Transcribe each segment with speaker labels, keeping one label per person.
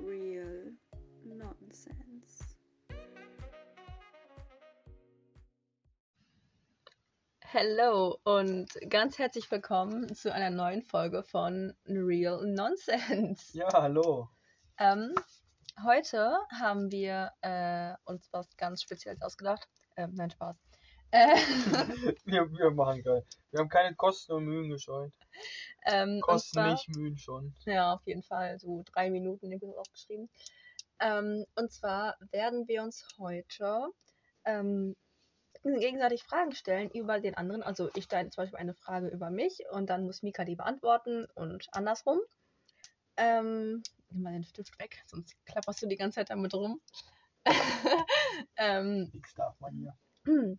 Speaker 1: real nonsense.
Speaker 2: Hello und ganz herzlich willkommen zu einer neuen Folge von Real Nonsense.
Speaker 3: Ja, hallo.
Speaker 2: Ähm, heute haben wir äh, uns was ganz Spezielles ausgedacht. Ähm, nein, Spaß. Äh,
Speaker 3: Wir, wir machen geil. Wir haben keine Kosten und Mühen gescheut.
Speaker 2: ähm, und
Speaker 3: Kosten
Speaker 2: zwar-
Speaker 3: nicht, Mühen schon.
Speaker 2: Ja, auf jeden Fall. So drei Minuten, ich habe aufgeschrieben. Ähm, und zwar werden wir uns heute ähm, gegenseitig Fragen stellen über den anderen. Also ich stelle zum Beispiel eine Frage über mich und dann muss Mika die beantworten und andersrum. Ähm, nimm mal den Stift weg, sonst klapperst du die ganze Zeit damit rum. ähm,
Speaker 3: Nix darf man hier.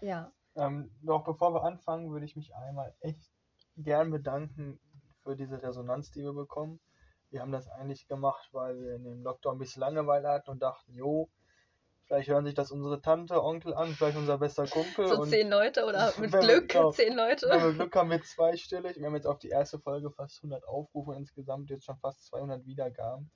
Speaker 2: ja,
Speaker 3: Ähm, doch bevor wir anfangen, würde ich mich einmal echt gern bedanken für diese Resonanz, die wir bekommen. Wir haben das eigentlich gemacht, weil wir in dem Lockdown ein bisschen Langeweile hatten und dachten, jo, vielleicht hören sich das unsere Tante, Onkel an, vielleicht unser bester Kumpel.
Speaker 2: so
Speaker 3: und
Speaker 2: zehn Leute oder mit
Speaker 3: Wenn wir-
Speaker 2: Glück
Speaker 3: genau.
Speaker 2: zehn
Speaker 3: wenn wir
Speaker 2: Leute.
Speaker 3: Glück haben wir zweistellig. Wir haben jetzt auf die erste Folge fast 100 Aufrufe und insgesamt jetzt schon fast 200 Wiedergaben.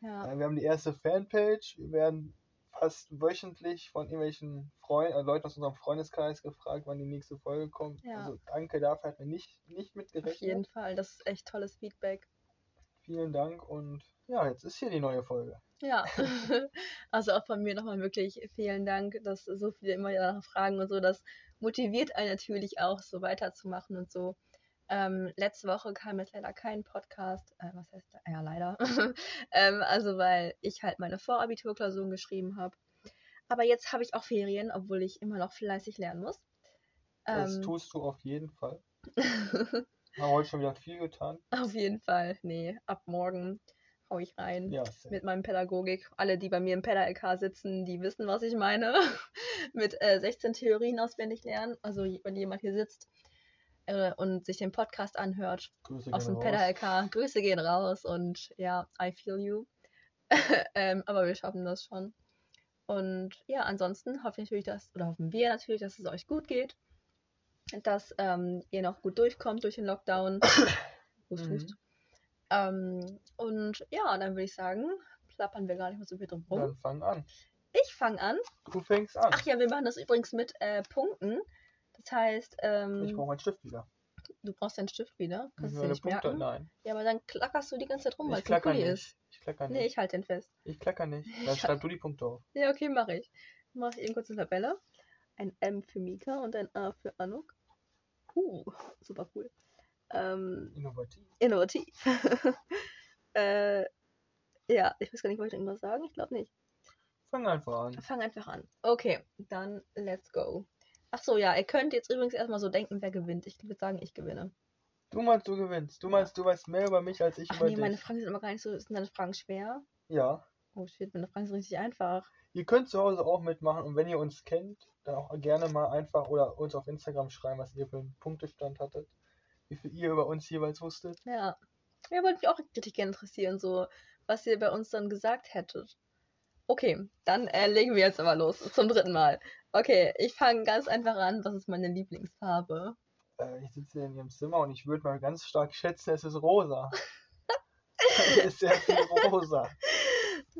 Speaker 2: Ja,
Speaker 3: Äh, Wir haben die erste Fanpage. Wir werden fast wöchentlich von irgendwelchen Freund äh, Leuten aus unserem Freundeskreis gefragt, wann die nächste Folge kommt.
Speaker 2: Ja.
Speaker 3: Also danke dafür, hat mir nicht, nicht
Speaker 2: auf
Speaker 3: mitgerechnet.
Speaker 2: jeden Fall. Das ist echt tolles Feedback.
Speaker 3: Vielen Dank und ja, jetzt ist hier die neue Folge.
Speaker 2: Ja, also auch von mir nochmal wirklich vielen Dank, dass so viele immer danach fragen und so. Das motiviert einen natürlich auch, so weiterzumachen und so. Ähm, letzte Woche kam jetzt leider kein Podcast. Äh, was heißt da? Ja, leider. ähm, also, weil ich halt meine Vorabiturklausuren geschrieben habe. Aber jetzt habe ich auch Ferien, obwohl ich immer noch fleißig lernen muss.
Speaker 3: Das
Speaker 2: Ähm,
Speaker 3: tust du auf jeden Fall. Wir haben heute schon wieder viel getan.
Speaker 2: auf jeden Fall. Nee, ab morgen hau ich rein.
Speaker 3: Ja,
Speaker 2: mit meinem Pädagogik. Alle, die bei mir im Pädagogik sitzen, die wissen, was ich meine. mit äh, 16 Theorien auswendig lernen. Also je- wenn jemand hier sitzt äh, und sich den Podcast anhört
Speaker 3: Grüße
Speaker 2: aus
Speaker 3: gehen
Speaker 2: dem
Speaker 3: raus.
Speaker 2: Pädagogik, Grüße gehen raus und ja, I feel you. ähm, aber wir schaffen das schon. Und ja, ansonsten hoffe ich natürlich, dass, oder hoffen wir natürlich, dass es euch gut geht, dass ähm, ihr noch gut durchkommt durch den Lockdown. hust,
Speaker 3: Mhm.
Speaker 2: hust. Ähm, und ja, dann würde ich sagen, plappern wir gar nicht mehr so viel drum rum.
Speaker 3: Dann fang an.
Speaker 2: Ich fange an.
Speaker 3: Du fängst an.
Speaker 2: Ach ja, wir machen das übrigens mit äh, Punkten. Das heißt,
Speaker 3: Ich
Speaker 2: ähm,
Speaker 3: brauche meinen Stift wieder.
Speaker 2: du brauchst deinen Stift wieder.
Speaker 3: Ich
Speaker 2: Kannst du
Speaker 3: meine
Speaker 2: dir nicht
Speaker 3: Punkte.
Speaker 2: merken?
Speaker 3: Nein.
Speaker 2: Ja, aber dann klackerst du die ganze Zeit rum, weil
Speaker 3: Ich
Speaker 2: es ein
Speaker 3: klacker
Speaker 2: Pulli
Speaker 3: nicht.
Speaker 2: ist.
Speaker 3: Ich klacker
Speaker 2: Nee,
Speaker 3: nicht.
Speaker 2: ich halte den fest.
Speaker 3: Ich klacker nicht. Dann
Speaker 2: Ich-
Speaker 3: schreib du die Punkte auf.
Speaker 2: Ja, okay, mache ich. Mache ich eben kurz eine Tabelle. Ein M für Mika und ein A für Anuk. Uh, super cool. Ähm,
Speaker 3: Innovativ.
Speaker 2: innovativ. äh, ja, ich weiß gar nicht, wollte ich irgendwas sagen? Ich glaube nicht.
Speaker 3: Fang einfach an.
Speaker 2: Fang einfach an. Okay, dann let's go. Ach so, ja, ihr könnt jetzt übrigens erstmal so denken, wer gewinnt. Ich würde sagen, ich gewinne.
Speaker 3: Du meinst, du gewinnst. Du meinst, du weißt mehr über mich als ich
Speaker 2: Ach
Speaker 3: über
Speaker 2: nee,
Speaker 3: dich.
Speaker 2: meine Fragen sind immer gar nicht so, sind deine Fragen schwer?
Speaker 3: Ja.
Speaker 2: Oh shit, meine Fragen sind richtig einfach.
Speaker 3: Ihr könnt zu Hause auch mitmachen und wenn ihr uns kennt, dann auch gerne mal einfach oder uns auf Instagram schreiben, was ihr für einen Punktestand hattet. Wie viel ihr über uns jeweils wusstet.
Speaker 2: Ja. Ja, würde mich auch richtig gerne interessieren, so, was ihr bei uns dann gesagt hättet. Okay, dann äh, legen wir jetzt aber los, zum dritten Mal. Okay, ich fange ganz einfach an, was ist meine Lieblingsfarbe?
Speaker 3: Äh, ich sitze hier in ihrem Zimmer und ich würde mal ganz stark schätzen, es ist rosa. es ist sehr viel rosa.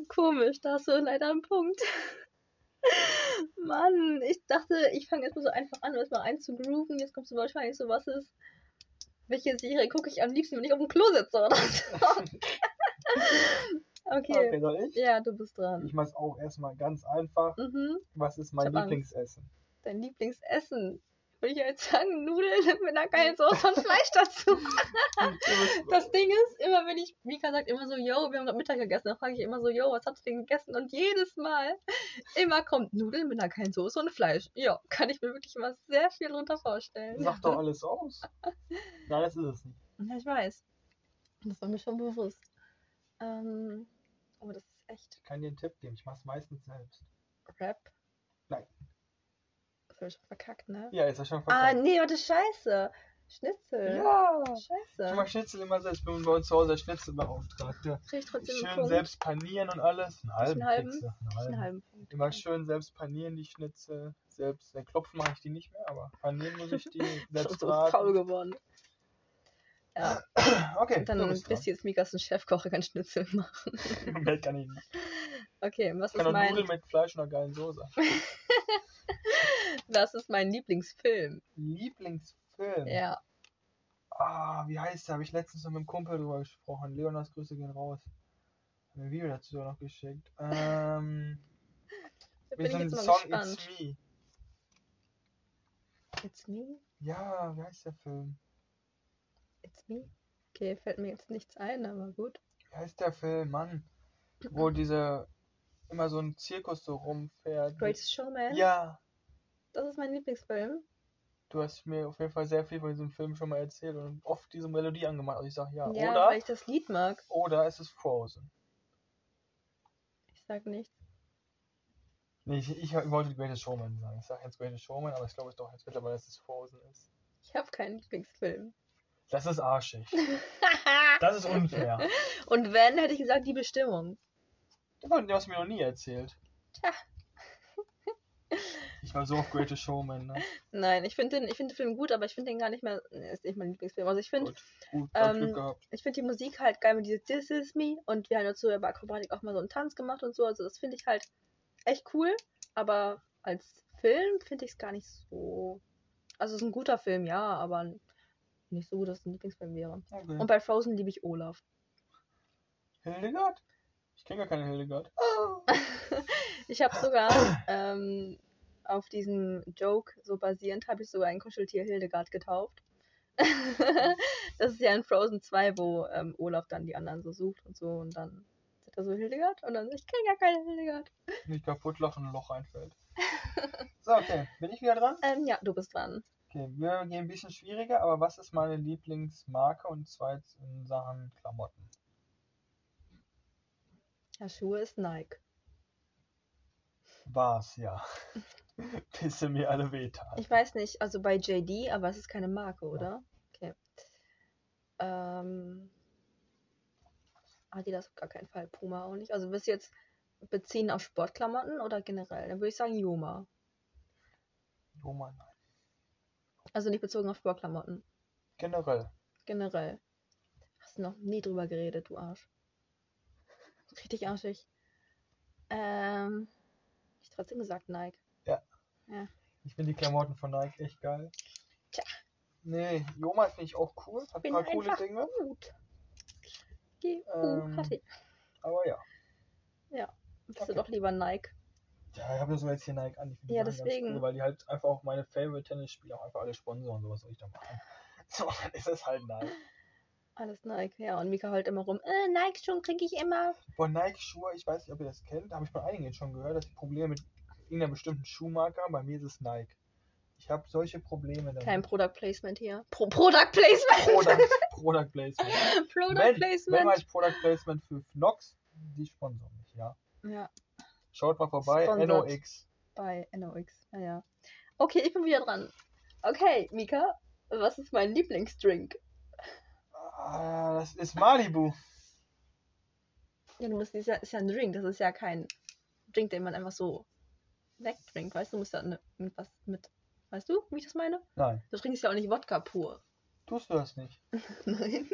Speaker 2: Komisch, da hast du leider einen Punkt. Mann, ich dachte, ich fange jetzt mal so einfach an, um erstmal einzugrooven. Jetzt kommst du wahrscheinlich so, was ist. Welche Serie gucke ich am liebsten, wenn ich auf dem Klo sitze, oder? so?
Speaker 3: Okay,
Speaker 2: okay.
Speaker 3: soll ich?
Speaker 2: Ja, du bist dran.
Speaker 3: Ich mach's auch erstmal ganz einfach.
Speaker 2: Mhm.
Speaker 3: Was ist
Speaker 2: Ich
Speaker 3: mein
Speaker 2: hab Angst.
Speaker 3: Lieblingsessen?
Speaker 2: Dein Lieblingsessen. Würde ich ja jetzt sagen, Nudeln mit einer geilen Soße und Fleisch dazu. Das Ding ist, immer wenn ich, Mika sagt immer so, yo, wir haben gerade Mittag gegessen, dann frage ich immer so, yo, was habt ihr denn gegessen? Und jedes Mal, immer kommt Nudeln mit einer kleinen Soße und Fleisch. Ja, kann ich mir wirklich mal sehr viel drunter vorstellen.
Speaker 3: Sag doch alles aus. Nein, das ist es nicht.
Speaker 2: Ja, ich weiß. Das war mir schon bewusst. Ähm, oh, das ist echt
Speaker 3: Ich kann dir einen Tipp geben. Ich mach's meistens selbst.
Speaker 2: Rap.
Speaker 3: Nein.
Speaker 2: Das habe ich schon verkackt, ne?
Speaker 3: Ja, ist das schon
Speaker 2: Ah,
Speaker 3: verkauft.
Speaker 2: nee, warte, scheiße. Schnitzel.
Speaker 3: ja. Ich
Speaker 2: Scheiße.
Speaker 3: mach Schnitzel immer selbst. Ich bin bei uns zu Hause der Schnitzelbeauftragte.
Speaker 2: Krieg ich trotzdem einen
Speaker 3: Schön
Speaker 2: Punkt.
Speaker 3: selbst panieren und alles. Einen halben,
Speaker 2: Einen halben?
Speaker 3: kriegst du. Einen
Speaker 2: Krieg ich
Speaker 3: halben.
Speaker 2: einen halben Punkt.
Speaker 3: Immer schön selbst panieren die Schnitzel. Selbst äh, klopfen mache ich die nicht mehr, aber panieren muss ich die
Speaker 2: Schon
Speaker 3: selbst
Speaker 2: so faul
Speaker 3: braten. Ah,
Speaker 2: geworden. Ja.
Speaker 3: Okay,
Speaker 2: Dann
Speaker 3: du bist
Speaker 2: wisst ihr jetzt, Mikas ein Chefkocher kann Schnitzel machen.
Speaker 3: dran. Mehr kann ich nicht.
Speaker 2: Okay, was
Speaker 3: Ich kann
Speaker 2: ist
Speaker 3: auch
Speaker 2: mein,
Speaker 3: Nudeln mit Fleisch und einer geilen Soße.
Speaker 2: was ist mein Lieblingsfilm?
Speaker 3: Lieblingsfilm.
Speaker 2: Ja.
Speaker 3: Ah, wie heißt der? Habe ich letztens noch mit einem Kumpel drüber gesprochen. Leonas Grüße gehen raus. Hat mir ein Video dazu sogar noch geschickt. Ähm,
Speaker 2: Da bin
Speaker 3: mit
Speaker 2: ich
Speaker 3: so einem
Speaker 2: jetzt mal
Speaker 3: Song
Speaker 2: gespannt.
Speaker 3: It's Me.
Speaker 2: It's me,
Speaker 3: Ja, wie heißt der Film?
Speaker 2: it's me. Okay, fällt mir jetzt nichts ein, aber gut.
Speaker 3: Wie heißt der Film, Mann? Wo diese immer so ein Zirkus so rumfährt.
Speaker 2: Greatest Showman.
Speaker 3: Ja,
Speaker 2: Das ist mein Lieblingsfilm.
Speaker 3: du hast mir auf jeden Fall sehr viel von diesem Film schon mal erzählt und oft diese Melodie angemacht. Also ich sag ja.
Speaker 2: Ja,
Speaker 3: Oder,
Speaker 2: weil ich das Lied mag.
Speaker 3: oder es ist Frozen.
Speaker 2: Ich sag nichts.
Speaker 3: Nee, ich, ich wollte Greatest Showman sagen. Ich sag jetzt Greatest Showman, aber ich glaube es doch jetzt mittlerweile, dass es Frozen ist.
Speaker 2: Ich habe keinen Lieblingsfilm.
Speaker 3: Das ist arschig. Das ist unfair.
Speaker 2: Und wenn, hätte ich gesagt, die Bestimmung.
Speaker 3: Davon hast du mir noch nie erzählt.
Speaker 2: Tja.
Speaker 3: Ich war so auf Greatest Showman, ne?
Speaker 2: Nein, ich finde den, ich find den Film gut, aber ich finde den gar nicht mehr. Nee, ist nicht mein Lieblingsfilm. Also ich finde
Speaker 3: Gut. Gut, hab
Speaker 2: Ähm,
Speaker 3: Glück gehabt.
Speaker 2: ich find die Musik halt geil mit dieses This is me und wir haben dazu ja bei Akrobatik auch mal so einen Tanz gemacht und so. Also das finde ich halt echt cool, aber als Film finde ich es gar nicht so. Also es ist ein guter Film, ja, aber nicht so gut, dass es ein Lieblingsfilm wäre.
Speaker 3: Okay.
Speaker 2: Und bei Frozen liebe ich Olaf.
Speaker 3: Hildegard? Ich kenne gar keine Hildegard.
Speaker 2: Ich habe sogar ähm, auf diesem Joke so basierend, habe ich sogar ein Kuscheltier Hildegard getauft. das ist ja in Frozen 2, wo ähm, Olaf dann die anderen so sucht und so und dann sagt er so Hildegard und dann so, ich kenne gar keine Hildegard.
Speaker 3: Nicht kaputt lachen, ein Loch einfällt. So, okay. Bin ich wieder dran?
Speaker 2: Ähm, ja, du bist dran.
Speaker 3: Okay, wir gehen ein bisschen schwieriger, aber was ist meine Lieblingsmarke und zwar jetzt in Sachen Klamotten?
Speaker 2: Ja, Schuhe ist Nike.
Speaker 3: War's, ja. Bis sie mir alle wehtat.
Speaker 2: Ich weiß nicht, also bei JD, aber es ist keine Marke, oder? Okay. Ähm, Adidas auf gar keinen Fall, Puma auch nicht. Also bist du jetzt beziehen auf Sportklamotten oder generell? Dann würde ich sagen Joma.
Speaker 3: Oh Mann, nein.
Speaker 2: Also nicht bezogen auf Sportklamotten.
Speaker 3: Generell.
Speaker 2: Generell. Hast du noch nie drüber geredet, du Arsch. Richtig arschig. Ähm. hab Ich trotzdem gesagt Nike.
Speaker 3: Ich finde die Klamotten von Nike echt geil.
Speaker 2: Tja.
Speaker 3: Nee, Joma finde ich auch cool. Hat ein
Speaker 2: Bin
Speaker 3: paar coole
Speaker 2: einfach
Speaker 3: Dinge.
Speaker 2: Gut. G-U-H-T.
Speaker 3: Aber ja.
Speaker 2: Bist du
Speaker 3: okay.
Speaker 2: doch lieber Nike.
Speaker 3: Ja, ich habe so jetzt hier Nike an. Ich finde die
Speaker 2: Ja,
Speaker 3: Sachen ganz
Speaker 2: deswegen.
Speaker 3: Cool, weil die halt einfach auch meine Favorite Tennisspieler auch einfach alle sponsoren und sowas soll ich da machen. So, dann ist es halt Nike.
Speaker 2: Alles Nike. Ja, und Mika heult immer rum. Äh, Nike-Schuhen kriege ich immer.
Speaker 3: Boah, Nike-Schuhe, ich weiß nicht, ob ihr das kennt, habe ich bei einigen jetzt schon gehört, dass die Probleme mit irgendeiner bestimmten Schuhmarke haben. Bei mir ist es Nike. Ich habe solche Probleme damit.
Speaker 2: Kein Product Placement hier. Pro Product Placement!
Speaker 3: Product, Product Placement.
Speaker 2: Product
Speaker 3: wenn,
Speaker 2: Placement!
Speaker 3: Wenn halt Product Placement für Knox, die sponsoren mich, ja.
Speaker 2: ja,
Speaker 3: Schaut mal vorbei,
Speaker 2: Sponsert.
Speaker 3: NOX.
Speaker 2: bei NOX. Naja. Okay, ich bin wieder dran. Okay, Mika, was ist mein Lieblingsdrink?
Speaker 3: Ah, das ist Malibu.
Speaker 2: Ja, du musst, das ist ja, ist ja ein Drink, das ist ja kein Drink, den man einfach so wegtrinkt, weißt du? Du musst ja ne, mit was mit. Weißt du, wie ich das meine?
Speaker 3: Nein,
Speaker 2: Du trinkst ja auch nicht Wodka pur.
Speaker 3: tust du das nicht.
Speaker 2: Nein.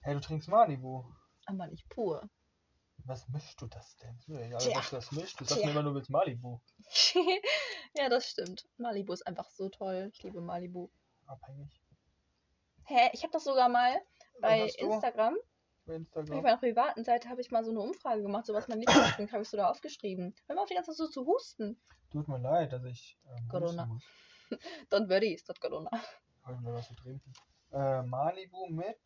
Speaker 3: Hey, du trinkst Malibu.
Speaker 2: Aber nicht pur.
Speaker 3: Was mischst du das denn? Ist mir Egal,
Speaker 2: Tja.
Speaker 3: was du das mischst. Du sagst
Speaker 2: Tja.
Speaker 3: mir immer, du willst Malibu.
Speaker 2: ja, das stimmt. Malibu ist einfach so toll. Ich liebe Malibu.
Speaker 3: Abhängig.
Speaker 2: Hä? Ich habe das sogar mal bei
Speaker 3: hast du?
Speaker 2: Instagram,
Speaker 3: Bei
Speaker 2: auf
Speaker 3: Instagram.
Speaker 2: meiner privaten Seite, habe ich mal so eine Umfrage gemacht, so was mein Lieblingsdrink habe ich so da aufgeschrieben. Hör mal auf die ganze Zeit so zu husten.
Speaker 3: Tut mir leid, dass ich. Ähm,
Speaker 2: Corona.
Speaker 3: husten muss.
Speaker 2: Don't worry, ist das Corona.
Speaker 3: Wollen wir was zu trinken? Äh, Malibu mit.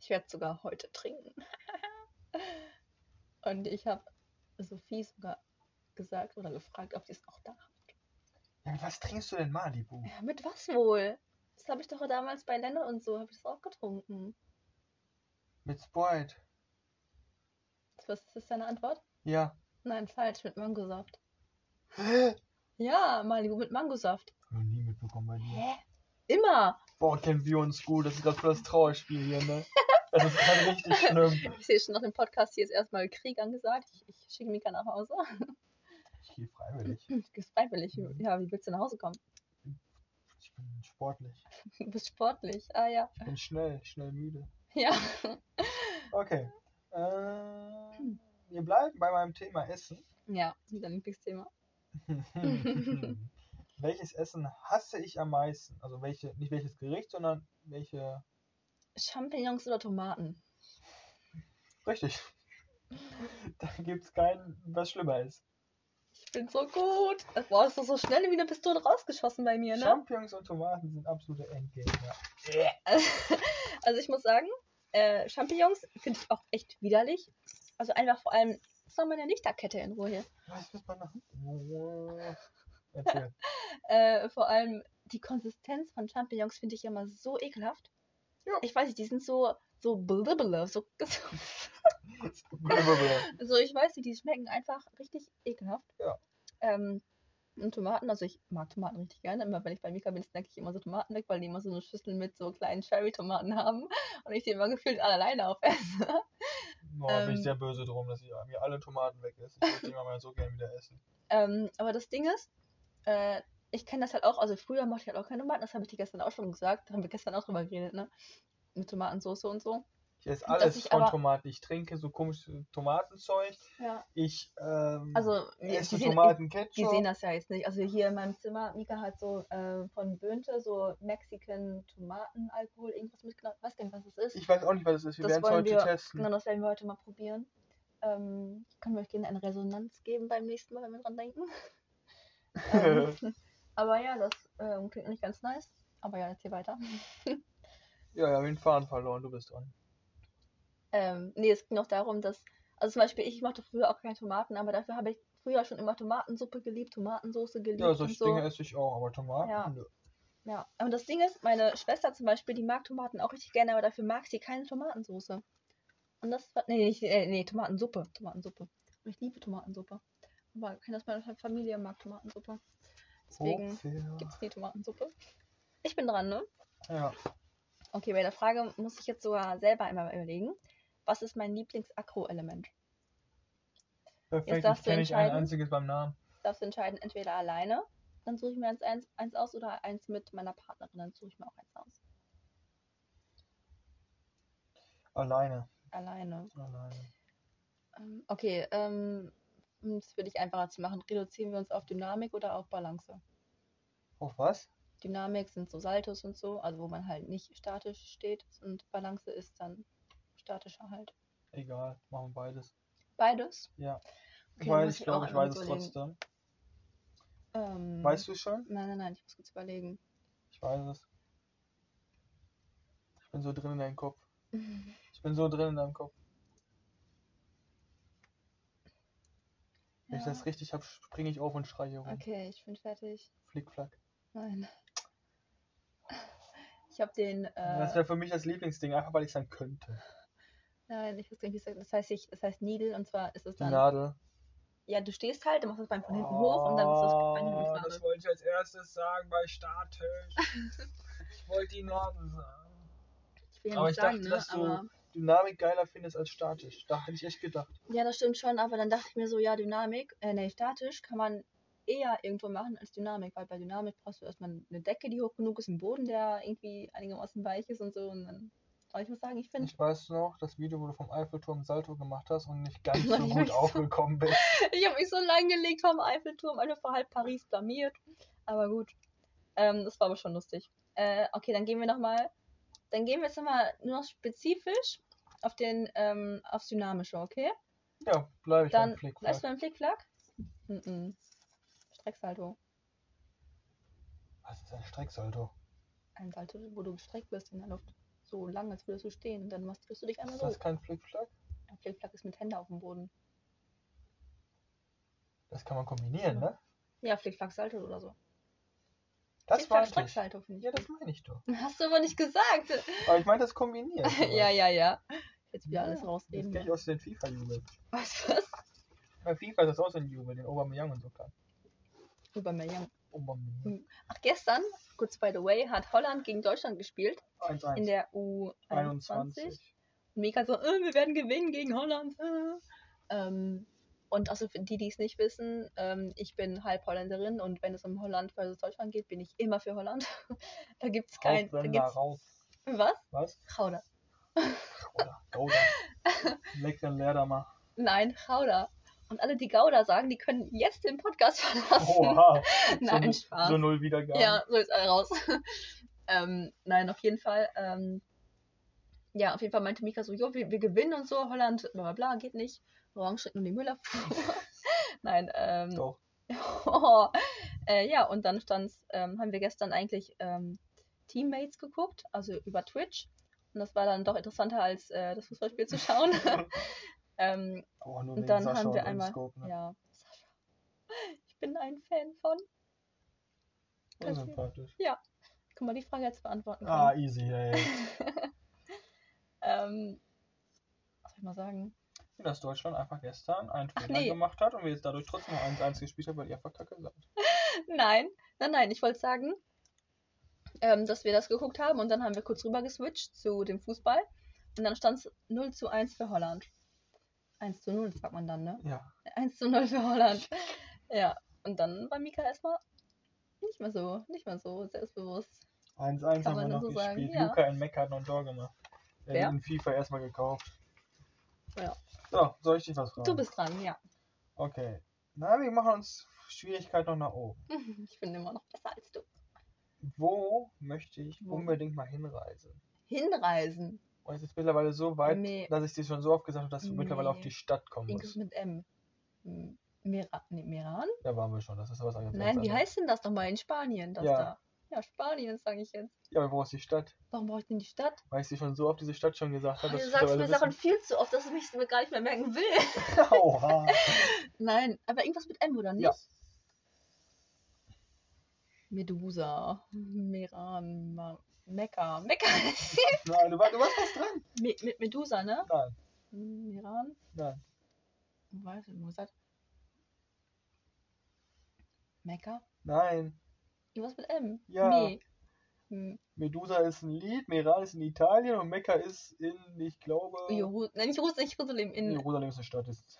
Speaker 2: Ich werde sogar heute trinken. Und ich habe Sophie sogar gesagt oder gefragt, ob sie es auch da hat.
Speaker 3: Ja, mit was trinkst du denn Malibu?
Speaker 2: Ja, mit was wohl? Das habe ich doch damals bei Lenne und so, habe ich das auch getrunken.
Speaker 3: Mit Sprite.
Speaker 2: Was ist das deine Antwort?
Speaker 3: Ja.
Speaker 2: Nein, falsch, mit Mangosaft.
Speaker 3: Hä?
Speaker 2: Ja, Malibu mit Mangosaft.
Speaker 3: Hab Noch nie mitbekommen bei dir.
Speaker 2: Hä? Immer.
Speaker 3: Boah, kennen wir uns gut. Das ist gerade voll das Trauerspiel hier, ne? Das ist gerade richtig schlimm.
Speaker 2: Ich sehe schon nach dem Podcast, hier ist erstmal Krieg angesagt. Ich, ich schicke Mika nach Hause.
Speaker 3: Ich gehe freiwillig.
Speaker 2: Mhm. Hm, Du gehst freiwillig. Ja, wie willst du nach Hause kommen?
Speaker 3: Ich bin sportlich.
Speaker 2: Du bist sportlich. Ah ja.
Speaker 3: Ich bin schnell, schnell müde.
Speaker 2: Ja.
Speaker 3: Okay. Äh, wir bleiben bei meinem Thema Essen.
Speaker 2: Ja, dein Lieblingsthema.
Speaker 3: welches Essen hasse ich am meisten? Also welche, nicht welches Gericht, sondern welche.
Speaker 2: Champignons oder Tomaten?
Speaker 3: Richtig. da gibt's kein, was schlimmer ist.
Speaker 2: Ich bin so gut. Boah, hast du so schnell wie eine Pistole rausgeschossen bei mir, ne?
Speaker 3: Champignons und Tomaten sind absolute Endgegner.
Speaker 2: Also ich muss sagen, äh, Champignons finde ich auch echt widerlich. Also einfach vor allem, soll meine Lichterkette in Ruhe hier.
Speaker 3: Was muss man noch? Erzähl.
Speaker 2: Äh, vor allem die Konsistenz von Champignons finde ich immer so ekelhaft.
Speaker 3: Ja.
Speaker 2: Ich weiß nicht, die sind so, so blibble, so, so,
Speaker 3: Blablabla.
Speaker 2: so, ich weiß nicht, die schmecken einfach richtig ekelhaft.
Speaker 3: Ja.
Speaker 2: Ähm, und Tomaten, also ich mag Tomaten richtig gerne. Immer wenn ich bei Mika bin, snacke ich immer so Tomaten weg, weil die immer so eine Schüssel mit so kleinen Cherry-Tomaten haben und ich die immer gefühlt alle alleine aufesse.
Speaker 3: Boah, bin
Speaker 2: Ähm.
Speaker 3: ich sehr böse drum, dass ich mir alle Tomaten weg esse. Ich würde die immer mal so gerne wieder essen.
Speaker 2: Ähm, aber das Ding ist, äh, ich kenne das halt auch, also früher mochte ich halt auch keine Tomaten, das habe ich dir gestern auch schon gesagt, da haben wir gestern auch drüber geredet, ne? Mit Tomatensauce und so.
Speaker 3: Ich esse
Speaker 2: Dass
Speaker 3: alles
Speaker 2: ich
Speaker 3: von
Speaker 2: aber-
Speaker 3: Tomaten. Ich trinke so komisches Tomatenzeug.
Speaker 2: Ja.
Speaker 3: Ich ähm,
Speaker 2: Also, wir-
Speaker 3: esse
Speaker 2: die sehen-
Speaker 3: Tomatenketchup.
Speaker 2: Die sehen das ja jetzt nicht. Also hier in meinem Zimmer, Mika hat so äh, von Bönte so Mexican Tomatenalkohol, irgendwas mitgenommen. Was denn, was es ist?
Speaker 3: Ich weiß auch nicht, was das ist. Wir
Speaker 2: Das
Speaker 3: werden es
Speaker 2: wollen
Speaker 3: heute
Speaker 2: wir-
Speaker 3: testen.
Speaker 2: Genau, das werden wir heute mal probieren. Ähm, können wir euch gerne eine Resonanz geben beim nächsten Mal, wenn wir dran denken. ähm, aber ja, das ähm, klingt nicht ganz nice. Aber ja, jetzt hier weiter.
Speaker 3: Ja, wir haben den Faden verloren, du bist dran.
Speaker 2: Ähm, nee, es ging auch darum, dass, also zum Beispiel, ich mochte früher auch keine Tomaten, aber dafür habe ich früher schon immer Tomatensuppe geliebt, Tomatensauce geliebt
Speaker 3: Ja,
Speaker 2: und
Speaker 3: solche
Speaker 2: so.
Speaker 3: Dinge esse ich auch, aber Tomaten.
Speaker 2: Ja.
Speaker 3: nö.
Speaker 2: Ja, und das Ding ist, meine Schwester zum Beispiel, die mag Tomaten auch richtig gerne, aber dafür mag sie keine Tomatensauce. Und das war, nee, nicht, äh, nee, Tomatensuppe, Tomatensuppe. Und ich liebe Tomatensuppe. Aber keiner aus meiner Familie mag Tomatensuppe. Deswegen
Speaker 3: Hochzehr.
Speaker 2: gibt es die Tomatensuppe. Ich bin dran, ne?
Speaker 3: Ja.
Speaker 2: Okay, bei der Frage muss ich jetzt sogar selber einmal überlegen. Was ist mein Lieblings-Akro-Element?
Speaker 3: Perfekt, ich
Speaker 2: darfst du
Speaker 3: kenne nicht ein
Speaker 2: entscheiden.
Speaker 3: einziges beim Namen.
Speaker 2: darfst du entscheiden, entweder alleine, dann suche ich mir eins, eins, eins aus oder eins mit meiner Partnerin, dann suche ich mir auch eins aus.
Speaker 3: Alleine.
Speaker 2: Alleine.
Speaker 3: Alleine.
Speaker 2: Ähm, okay, ähm, um es für dich einfacher zu machen, reduzieren wir uns auf Dynamik oder auf Balance.
Speaker 3: Auf was?
Speaker 2: Dynamik sind so Saltos und so, also wo man halt nicht statisch steht und Balance ist dann statischer halt.
Speaker 3: Egal, machen wir beides.
Speaker 2: Beides.
Speaker 3: Ja.
Speaker 2: Okay, dann muss
Speaker 3: weiß ich
Speaker 2: ich
Speaker 3: glaube,
Speaker 2: auch
Speaker 3: ich weiß es
Speaker 2: einmal überlegen.
Speaker 3: trotzdem.
Speaker 2: Ähm,
Speaker 3: Weißt du es schon?
Speaker 2: Nein, nein, nein, ich muss kurz überlegen.
Speaker 3: Ich weiß es. Ich bin so drin in deinem Kopf. Ich bin so drin in deinem Kopf. Wenn ich
Speaker 2: Ja.
Speaker 3: das richtig habe, springe ich auf und schreie rum.
Speaker 2: Okay, ich bin fertig.
Speaker 3: Flickflack.
Speaker 2: Nein. Ich habe den. Äh,
Speaker 3: Das wäre für mich das Lieblingsding, einfach weil ich es dann könnte.
Speaker 2: Nein, ich weiß gar nicht, wie es heißt. das heißt. Ich, das heißt Needle und zwar ist es
Speaker 3: Die
Speaker 2: dann.
Speaker 3: Nadel.
Speaker 2: Ja, du stehst halt, du machst das Bein von hinten hoch und dann ist das Bein hinten
Speaker 3: Oh,
Speaker 2: gerade.
Speaker 3: Das wollte ich als erstes sagen bei Statisch. ich wollte die Nadel sagen.
Speaker 2: Ich will ja
Speaker 3: aber
Speaker 2: nicht
Speaker 3: ich dachte,
Speaker 2: sagen, ne?
Speaker 3: dass du-
Speaker 2: Aber,
Speaker 3: Dynamik geiler findest als statisch. Da hätte ich echt gedacht.
Speaker 2: ja, das stimmt schon, aber dann dachte ich mir so, ja, Dynamik, äh, nee, statisch kann man eher irgendwo machen als Dynamik, weil bei Dynamik brauchst du erstmal eine Decke, die hoch genug ist, einen Boden, der irgendwie einigermaßen weich ist und so. Und dann, aber ich muss sagen, ich finde,
Speaker 3: Ich weiß noch, das Video, wo du vom Eiffelturm Salto gemacht hast und nicht ganz
Speaker 2: Weil
Speaker 3: so
Speaker 2: ich
Speaker 3: gut
Speaker 2: mich so-
Speaker 3: aufgekommen bist.
Speaker 2: ich habe mich so lang gelegt vom Eiffelturm, alle vor halb Paris blamiert. Aber gut, ähm, das war aber schon lustig. Äh, okay, dann gehen wir nochmal. Dann gehen wir jetzt nochmal nur noch spezifisch auf den, ähm, aufs Dynamische, okay?
Speaker 3: Ja, bleibe ich
Speaker 2: Dann
Speaker 3: beim Flick.
Speaker 2: bleibst du beim Flickflack? Mhm. Strecksalto.
Speaker 3: Was ist ein Strecksalto?
Speaker 2: Ein Salto, wo du gestreckt wirst in der Luft. So lang, als würdest du stehen. Und dann machst, drehst du dich einmal
Speaker 3: Ist
Speaker 2: so.
Speaker 3: das kein Flickflack?
Speaker 2: Ein Flickflack ist mit Händen auf dem Boden.
Speaker 3: Das kann man kombinieren, ne?
Speaker 2: Ja, Flickflack-Salto oder so.
Speaker 3: Das war ich.
Speaker 2: Flickflack-Strecksalto, finde
Speaker 3: Ja,
Speaker 2: ich.
Speaker 3: das meine ich doch.
Speaker 2: gut. Hast du aber nicht gesagt.
Speaker 3: Aber ich meine das kombinieren.
Speaker 2: ja, ja, ja. Jetzt wieder alles
Speaker 3: Ja,
Speaker 2: rausreden.
Speaker 3: Jetzt gehe ich
Speaker 2: ne?
Speaker 3: aus den FIFA-Jubel.
Speaker 2: Was, was?
Speaker 3: Bei FIFA ist das auch so ein Jubel, den Aubameyang und so kann.
Speaker 2: Über Young.
Speaker 3: Aubameyang.
Speaker 2: Ach, gestern, kurz by the way, hat Holland gegen Deutschland gespielt.
Speaker 3: 1-1.
Speaker 2: In der U21.
Speaker 3: 21.
Speaker 2: Mega so, äh, wir werden gewinnen gegen Holland. Äh. Ähm, Und also für die, die es nicht wissen, ähm, ich bin halb Holländerin und wenn es um Holland versus Deutschland geht, bin ich immer für Holland. da gibt es kein. Da
Speaker 3: Hauptsender
Speaker 2: gibt's,
Speaker 3: raus.
Speaker 2: was?
Speaker 3: Was?
Speaker 2: Gouda.
Speaker 3: Oder Gouda. Lecker Lederma.
Speaker 2: Nein, Gouda. Und alle, die Gouda sagen, die können jetzt den Podcast verlassen.
Speaker 3: Oha.
Speaker 2: Nein,
Speaker 3: so,
Speaker 2: Spaß.
Speaker 3: So null Wiedergaben.
Speaker 2: Ja, so ist alle raus. ähm, nein, auf jeden Fall. Ähm, ja, auf jeden Fall meinte Mika so, jo, wir, wir gewinnen und so, Holland, bla bla bla, geht nicht. Orange schickt nur die Müller vor. nein, ähm,
Speaker 3: Doch.
Speaker 2: oh, äh, ja, und dann stand's, ähm, haben wir gestern eigentlich ähm, Teammates geguckt, also über Twitch. Und das war dann doch interessanter als äh, das Fußballspiel zu schauen. ähm,
Speaker 3: Oh, nur
Speaker 2: Und
Speaker 3: wegen
Speaker 2: dann
Speaker 3: Sascha
Speaker 2: haben wir
Speaker 3: und
Speaker 2: einmal-
Speaker 3: Scope, ne?
Speaker 2: ja, Sascha, ich bin ein Fan von. Kannst du-
Speaker 3: Unsympathisch.
Speaker 2: Guck mal, die Frage jetzt beantworten. können.
Speaker 3: Ah, easy, ey.
Speaker 2: Ähm, was soll ich mal sagen?
Speaker 3: dass Deutschland einfach gestern einen
Speaker 2: Ach,
Speaker 3: Fehler
Speaker 2: nee.
Speaker 3: gemacht hat und wir jetzt dadurch trotzdem noch 1-1 gespielt haben, weil ihr einfach kacke seid.
Speaker 2: Nein, nein, nein, ich wollte sagen, ähm, dass wir das geguckt haben und dann haben wir kurz rüber geswitcht zu dem Fußball und dann stand es 0 zu 1 für Holland. 1 zu 0 sagt man dann, ne?
Speaker 3: Ja,
Speaker 2: 1 zu 0 für Holland. Ja, und dann war Mika erstmal nicht mehr so, nicht mehr so selbstbewusst.
Speaker 3: 1-1
Speaker 2: Kann
Speaker 3: haben wir
Speaker 2: man
Speaker 3: noch
Speaker 2: so sagen,
Speaker 3: gespielt.
Speaker 2: ja.
Speaker 3: Luca in Mecca hat noch ein Tor gemacht. Der
Speaker 2: Wer?
Speaker 3: wird in FIFA erstmal gekauft.
Speaker 2: Ja.
Speaker 3: So, soll ich dich was fragen?
Speaker 2: Du bist dran, ja.
Speaker 3: Okay. Na, wir machen uns Schwierigkeit noch nach oben.
Speaker 2: Ich bin immer noch besser als du.
Speaker 3: Wo möchte ich
Speaker 2: Wo?
Speaker 3: unbedingt mal hinreisen?
Speaker 2: Hinreisen.
Speaker 3: Und es ist mittlerweile so weit,
Speaker 2: Nee.
Speaker 3: dass ich dir schon so oft gesagt habe, dass du
Speaker 2: Nee.
Speaker 3: mittlerweile auf die Stadt kommen
Speaker 2: Irgendwas
Speaker 3: musst.
Speaker 2: mit M. M- Mera nee, Meran?
Speaker 3: Da waren wir schon, das ist was ganz
Speaker 2: Nein, wie
Speaker 3: anderes.
Speaker 2: heißt denn das nochmal in Spanien? Das
Speaker 3: Ja.
Speaker 2: da. Ja, Spanien, sage ich jetzt.
Speaker 3: Ja, aber wo ist die Stadt?
Speaker 2: Warum brauche ich denn die Stadt? Also,
Speaker 3: Weil ich dir schon so oft diese Stadt schon gesagt habe,
Speaker 2: du
Speaker 3: dass du
Speaker 2: sagst mir
Speaker 3: mittlerweile
Speaker 2: Sachen viel zu oft, dass ich mich gar nicht mehr merken will.
Speaker 3: wissen- Oha.
Speaker 2: Nein, aber irgendwas mit M oder nicht?
Speaker 3: Ja.
Speaker 2: Medusa, Meran, Ma- Mekka, Mekka.
Speaker 3: Nein, du, war, du warst fast dran.
Speaker 2: Me mit Medusa, ne?
Speaker 3: Nein,
Speaker 2: Meran?
Speaker 3: nein.
Speaker 2: Weiß ich nicht, gesagt. Mekka?
Speaker 3: Nein.
Speaker 2: Irgendwas mit M?
Speaker 3: Ja.
Speaker 2: Nee. Hm,
Speaker 3: Medusa ist ein Lied, Meran ist in Italien und Mekka ist in, ich glaube,
Speaker 2: Jeru Nein, nicht Russland, nicht Jerusalem, in,
Speaker 3: Jerusalem ist eine Stadt. Ist,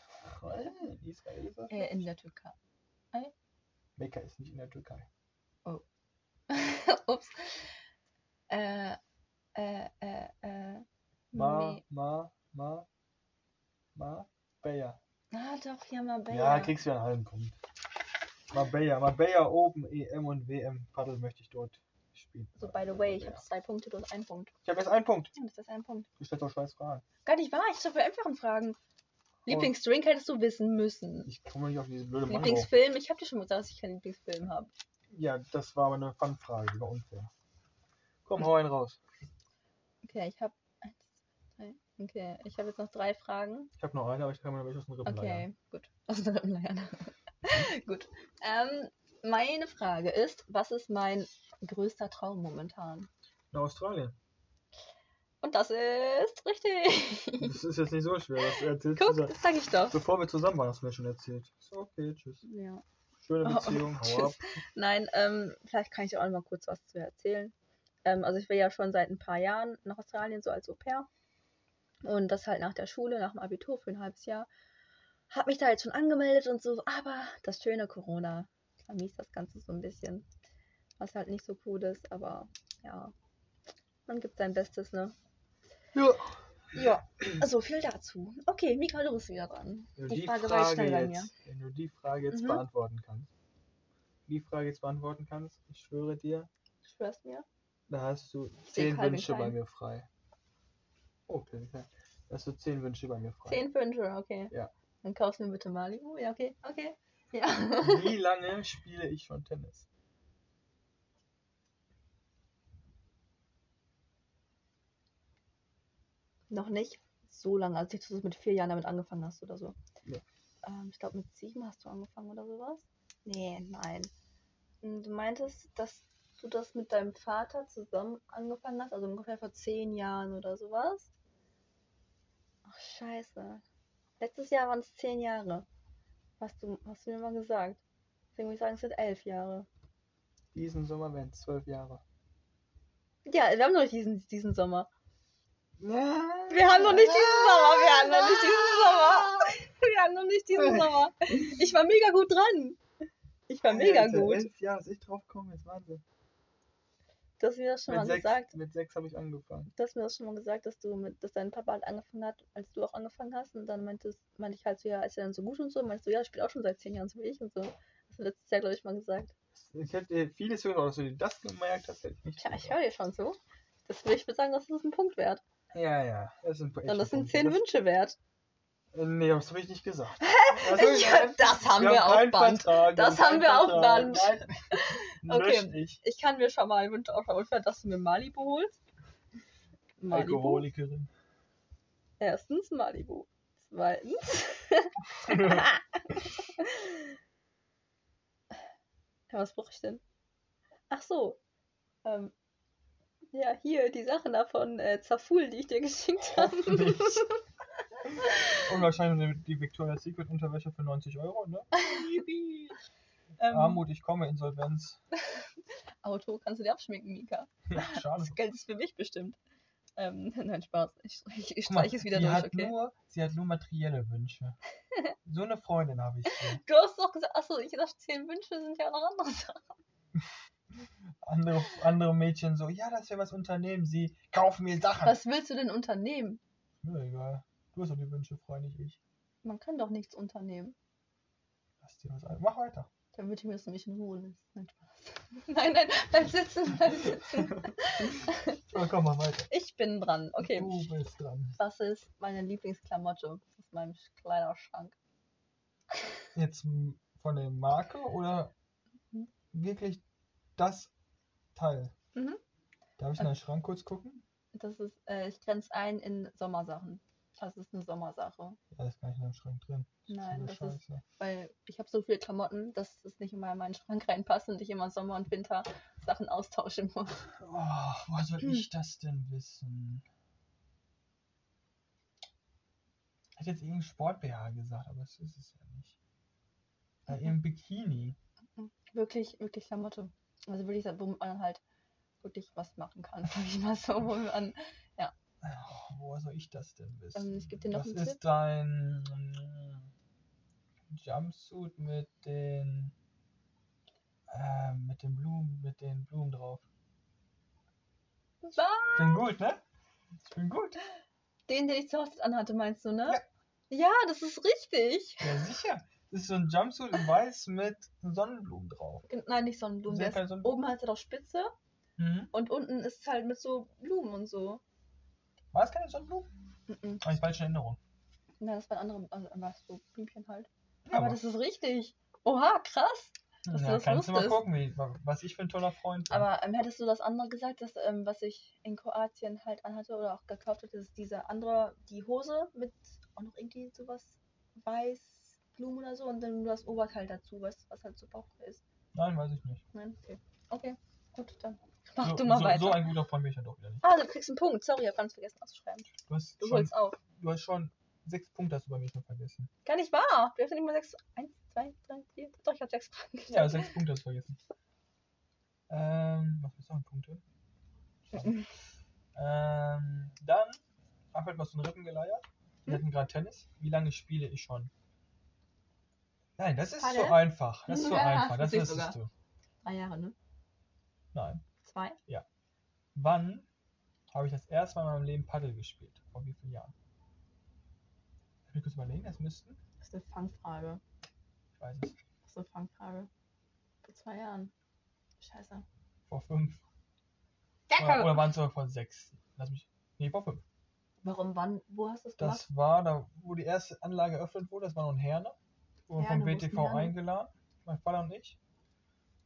Speaker 3: in Israel ist das?
Speaker 2: äh, in der Türkei.
Speaker 3: Mekka ist nicht in der Türkei.
Speaker 2: Ups. Äh, äh, äh, äh.
Speaker 3: Ma,
Speaker 2: Me-
Speaker 3: ma, ma, ma, Beja.
Speaker 2: Ah, doch, ja, Marbella.
Speaker 3: Ja, kriegst du ja einen halben Punkt. Marbella, Marbella Open, EM und WM Paddel möchte ich dort spielen.
Speaker 2: so, by the way, ich habe
Speaker 3: Marbella.
Speaker 2: zwei Punkte, du hast einen Punkt.
Speaker 3: ich hab jetzt einen Punkt.
Speaker 2: Ja, das ist ein Punkt.
Speaker 3: Ich stelle doch scheiß Fragen.
Speaker 2: Gar nicht wahr, ich habe für einfachen Fragen. Lieblingsdrink hättest du wissen müssen.
Speaker 3: Ich komme nicht auf diese blöde Mango.
Speaker 2: Lieblingsfilm, ich habe dir schon gesagt, dass ich keinen Lieblingsfilm habe.
Speaker 3: Ja, das war aber eine Fangfrage, die war unfair. Komm, hau einen raus.
Speaker 2: Okay, ich habe eins, zwei, drei. Okay, ich habe jetzt noch drei Fragen.
Speaker 3: Ich habe noch eine, aber ich kann mir noch welche aus den Rippen leiern.
Speaker 2: Okay, gut. Also, Aus den Rippenleiern. gut. Ähm, meine Frage ist, was ist mein größter Traum momentan?
Speaker 3: Nach Australien.
Speaker 2: Und das ist richtig.
Speaker 3: Das ist jetzt nicht so schwer. Das erzählst du
Speaker 2: Guck,
Speaker 3: seit-
Speaker 2: das sag ich doch.
Speaker 3: Bevor wir zusammen waren, hast du mir schon erzählt. Ist Okay, tschüss.
Speaker 2: Ja.
Speaker 3: Schöne
Speaker 2: Oh,
Speaker 3: Beziehung. Hau ab.
Speaker 2: tschüss. Nein, ähm, vielleicht kann ich dir auch noch mal kurz was zu erzählen. Ähm, also ich will ja schon seit ein paar Jahren nach Australien, so als Au-pair. Und das halt nach der Schule, nach dem Abitur für ein halbes Jahr. Hab mich da jetzt schon angemeldet und so, aber das schöne Corona vermisst das Ganze so ein bisschen. Was halt nicht so cool ist, aber ja, man gibt sein Bestes, ne?
Speaker 3: Ja.
Speaker 2: Ja, also viel dazu. Okay, Mika, du bist wieder dran.
Speaker 3: Wenn du
Speaker 2: Die
Speaker 3: die
Speaker 2: Frage
Speaker 3: Frage,
Speaker 2: war jetzt schnell bei mir.
Speaker 3: jetzt, wenn du die Frage jetzt
Speaker 2: Mhm.
Speaker 3: beantworten kannst, die Frage jetzt beantworten kannst, ich schwöre dir,
Speaker 2: Du schwörst mir?
Speaker 3: da hast du
Speaker 2: seh
Speaker 3: zehn
Speaker 2: Calvin
Speaker 3: Wünsche bei
Speaker 2: Klein.
Speaker 3: mir frei. Oh, Calvin Klein. Da hast du zehn Wünsche bei mir frei.
Speaker 2: Zehn Wünsche, okay.
Speaker 3: Ja.
Speaker 2: Dann kaufst du mir bitte Malibu. Ja, okay, okay. Ja.
Speaker 3: Wie lange spiele ich schon Tennis?
Speaker 2: Noch nicht so lange, als ich das mit vier Jahren damit angefangen hast oder so.
Speaker 3: Ja.
Speaker 2: Ähm, ich glaube, mit sieben hast du angefangen oder sowas. Nee, nein. Hm, Du meintest, dass du das mit deinem Vater zusammen angefangen hast, also ungefähr vor zehn Jahren oder sowas. Ach, scheiße. Letztes Jahr waren es zehn Jahre. Hast du, hast du mir mal gesagt. Deswegen würde ich sagen, es sind elf Jahre.
Speaker 3: Diesen Sommer werden es zwölf Jahre.
Speaker 2: Ja, wir haben noch nicht diesen, diesen Sommer.
Speaker 3: Ja.
Speaker 2: Wir haben noch nicht diesen Sommer. Wir haben noch nicht diesen Sommer. Wir Jahren und nicht diesen Sommer. Ich war mega gut dran. Ich war mega
Speaker 3: Alter,
Speaker 2: gut.
Speaker 3: Elf Jahre, dass ich drauf komme, jetzt Wahnsinn.
Speaker 2: Du hast mir das schon
Speaker 3: Mit
Speaker 2: mal gesagt.
Speaker 3: sechs, mit sechs habe ich angefangen.
Speaker 2: Du hast mir das schon mal gesagt, dass du mit, dass dein Papa halt angefangen hat, als du auch angefangen hast. Und dann meintest, meinte ich halt so, ja, ist er dann so gut und so? Meinst du, ja, ich spiele auch schon seit zehn Jahren so wie ich und so. Hast du letztes Jahr, glaube ich, mal gesagt.
Speaker 3: Ich hätte vieles gehört, dass du dir das gemerkt hast, hätte ich nicht.
Speaker 2: Tja, ich höre
Speaker 3: geglaubt.
Speaker 2: dir schon so. Das würde ich sagen, das ist ein Punkt wert.
Speaker 3: Ja, ja. Das sind,
Speaker 2: Und das sind zehn Wünsche wert.
Speaker 3: Nee, das habe ich nicht gesagt. Das hab ich
Speaker 2: Ich,
Speaker 3: gesagt.
Speaker 2: das haben wir,
Speaker 3: keinen
Speaker 2: auf Band.
Speaker 3: Vertrag,
Speaker 2: Das haben
Speaker 3: keinen
Speaker 2: wir auf
Speaker 3: Vertrag.
Speaker 2: Band.
Speaker 3: Nein,
Speaker 2: Okay.
Speaker 3: lösch nicht.
Speaker 2: Ich kann mir schon mal Wünsche aufschreiben. Ich dass du mir Malibu holst. Malibu.
Speaker 3: Alkoholikerin.
Speaker 2: Erstens Malibu. Zweitens. ja, was brauche ich denn? Ach so. Ähm, ja, hier die Sachen davon äh, Zaful, die ich dir
Speaker 3: Oh.
Speaker 2: geschenkt habe.
Speaker 3: Hoffentlich. Und wahrscheinlich die Victoria's Secret Unterwäsche für 90 Euro, ne?
Speaker 2: ähm,
Speaker 3: Armut, ich komme, Insolvenz.
Speaker 2: Auto kannst du dir abschminken, Mika.
Speaker 3: Ja, schade.
Speaker 2: Das Geld ist für mich bestimmt. Ähm, nein, Spaß. Ich, ich, ich
Speaker 3: Guck mal,
Speaker 2: streiche es wieder
Speaker 3: sie
Speaker 2: durch,
Speaker 3: hat
Speaker 2: okay?
Speaker 3: Nur, sie hat nur materielle Wünsche. so eine Freundin habe ich hier.
Speaker 2: Du hast doch gesagt, achso, ich dachte, zehn Wünsche sind ja auch noch andere Sachen.
Speaker 3: Andere, andere Mädchen so, ja, dass wir was unternehmen. Sie kaufen mir Sachen.
Speaker 2: Was willst du denn unternehmen?
Speaker 3: Mir egal. Du hast doch die Wünsche, freu nicht ich.
Speaker 2: Man kann doch nichts unternehmen.
Speaker 3: Lass dir was ein. Mach weiter.
Speaker 2: Dann würde ich mir das nämlich in Ruhe lassen. Nein, Spaß. Nein, nein, bleib sitzen, bleib sitzen.
Speaker 3: So, Ah, komm mal weiter.
Speaker 2: Ich bin dran. Okay.
Speaker 3: Du bist dran.
Speaker 2: Was ist meine Lieblingsklamotte aus meinem Kleiderschrank?
Speaker 3: Jetzt m, von der Marke oder
Speaker 2: Mhm.
Speaker 3: wirklich das Teil?
Speaker 2: Mhm.
Speaker 3: Darf ich in den Schrank kurz gucken?
Speaker 2: Das ist, äh, ich grenze ein in Sommersachen. Das ist eine Sommersache.
Speaker 3: Ja, das ist gar nicht in dem Schrank drin.
Speaker 2: Nein,
Speaker 3: Schöne
Speaker 2: das ist,
Speaker 3: Scheiße.
Speaker 2: weil ich habe so viele Klamotten, dass es nicht immer in meinen Schrank reinpasst und ich immer Sommer und Winter Sachen austauschen muss.
Speaker 3: Oh, woher soll
Speaker 2: Hm.
Speaker 3: ich das denn wissen? Ich hätte jetzt irgendein Sport-BH gesagt, aber das ist es ja nicht. Äh,
Speaker 2: Mhm.
Speaker 3: Im Bikini.
Speaker 2: Wirklich, wirklich Klamotte. Also wirklich, wo man halt wirklich was machen kann, sag ich mal so, wo man
Speaker 3: Oh, woher soll ich das denn wissen?
Speaker 2: Ähm, ich geb dir noch
Speaker 3: das
Speaker 2: einen
Speaker 3: ist
Speaker 2: Tipp.
Speaker 3: dein ähm, Jumpsuit mit den äh, mit den Blumen, mit den Blumen drauf.
Speaker 2: Was?
Speaker 3: Ich bin gut, ne? Ich bin gut.
Speaker 2: Den, den ich zur Hochzeit anhatte, meinst du, ne? Ja, das ist richtig.
Speaker 3: Ja, sicher. Das ist so ein Jumpsuit in weiß mit Sonnenblumen drauf.
Speaker 2: Gen- Nein, nicht Sonnenblumen.
Speaker 3: Sehr
Speaker 2: Der
Speaker 3: geil,
Speaker 2: ist,
Speaker 3: Sonnenblumen.
Speaker 2: oben hat er doch Spitze
Speaker 3: Mhm.
Speaker 2: und unten ist es halt mit so Blumen und so.
Speaker 3: War es keine Sonnenblumen?
Speaker 2: Mhm.
Speaker 3: Habe ich falsche Erinnerung.
Speaker 2: Nein, das waren andere, also einfach so Blümchen halt.
Speaker 3: Ja,
Speaker 2: Aber das ist richtig. Oha, krass. dass du
Speaker 3: ja,
Speaker 2: das
Speaker 3: kannst du mal
Speaker 2: wusstest.
Speaker 3: gucken, wie, was ich für ein toller Freund bin.
Speaker 2: Aber ähm, hättest du das andere gesagt, das, ähm, was ich in Kroatien halt anhatte oder auch gekauft hatte, das ist diese andere, die Hose mit auch noch irgendwie sowas weiß, Blumen oder so und dann nur das Oberteil dazu, weißt du, was halt so Bauch ist.
Speaker 3: Nein, weiß ich nicht.
Speaker 2: Nein, okay. Okay, gut, dann mach
Speaker 3: so,
Speaker 2: du mal
Speaker 3: so,
Speaker 2: weiter.
Speaker 3: So ein guter Freund bin ich dann doch wieder nicht.
Speaker 2: Ah, du kriegst einen Punkt. Sorry, ich hab ganz vergessen auszuschreiben.
Speaker 3: Du hast,
Speaker 2: Du
Speaker 3: schon,
Speaker 2: holst auf.
Speaker 3: du hast schon sechs Punkte hast du bei mir schon vergessen.
Speaker 2: Gar nicht wahr. Du hast ja nicht mal sechs. Eins, zwei, drei, vier. Doch, ich hab sechs Fragen gestellt.
Speaker 3: Ja, sechs Punkte hast du vergessen. Ähm, was ist noch ein Punkte?
Speaker 2: Mhm.
Speaker 3: Ähm, dann, hab etwas von Rippen geleiert. Wir
Speaker 2: Hm?
Speaker 3: hatten gerade Tennis. Wie lange spiele ich schon? Nein, das ist
Speaker 2: Paddel?
Speaker 3: so einfach. Das ist so
Speaker 2: Ja,
Speaker 3: einfach. Das
Speaker 2: sehe ich
Speaker 3: wüsstest
Speaker 2: sogar.
Speaker 3: du.
Speaker 2: Drei Jahre, ne?
Speaker 3: Nein.
Speaker 2: Zwei?
Speaker 3: Wann habe ich das erste Mal in meinem Leben Paddel gespielt? Vor wie vielen Jahren? Lass mich kurz überlegen, das müssten.
Speaker 2: Das ist eine Fangfrage.
Speaker 3: Ich weiß es.
Speaker 2: Das ist eine Fangfrage. Vor zwei Jahren. Scheiße.
Speaker 3: Vor fünf. Oder, oder waren es sogar vor sechs? Lass mich. Nee, vor fünf.
Speaker 2: Warum, wann, wo hast du es gemacht?
Speaker 3: Das war da, wo die erste Anlage eröffnet wurde, das war noch ne? in Herne. Wurden
Speaker 2: Herne,
Speaker 3: vom
Speaker 2: wo ist denn
Speaker 3: BTV
Speaker 2: Herne?
Speaker 3: eingeladen, mein Vater und ich.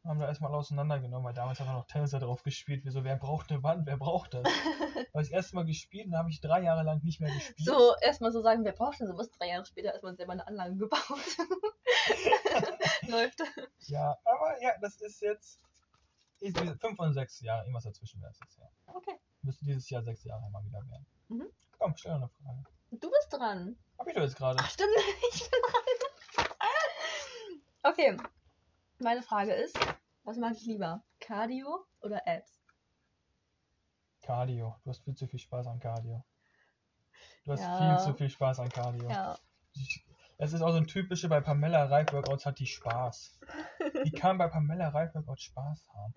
Speaker 3: Und Haben da erstmal alle auseinandergenommen, weil damals haben wir noch Tennis da drauf gespielt. Wir so, wer braucht eine Wand, wer braucht das? Habe ich das erste Mal gespielt und habe ich drei Jahre lang nicht mehr gespielt.
Speaker 2: So, erstmal so sagen, wer braucht denn sowas? Drei Jahre später ist man selber eine Anlage gebaut. Läuft.
Speaker 3: Ja, aber ja, das ist jetzt ist diese fünf und sechs Jahre, irgendwas dazwischen wäre es jetzt, ja.
Speaker 2: Okay.
Speaker 3: Müsste dieses Jahr sechs Jahre mal wieder werden.
Speaker 2: Mhm.
Speaker 3: Komm, stell noch eine Frage.
Speaker 2: Du bist dran.
Speaker 3: Hab ich doch jetzt gerade.
Speaker 2: Ach, stimmt, ich bin dran. Okay, meine Frage ist, was mag ich lieber, Cardio oder Abs?
Speaker 3: Cardio. Du hast viel zu viel Spaß an Cardio. Du hast
Speaker 2: Ja.
Speaker 3: viel zu viel Spaß an Cardio.
Speaker 2: Ja,
Speaker 3: Ich, Das ist auch so ein typische, bei Pamela Reif Workouts hat die Spaß. Die kann bei Pamela Reif Workouts Spaß haben.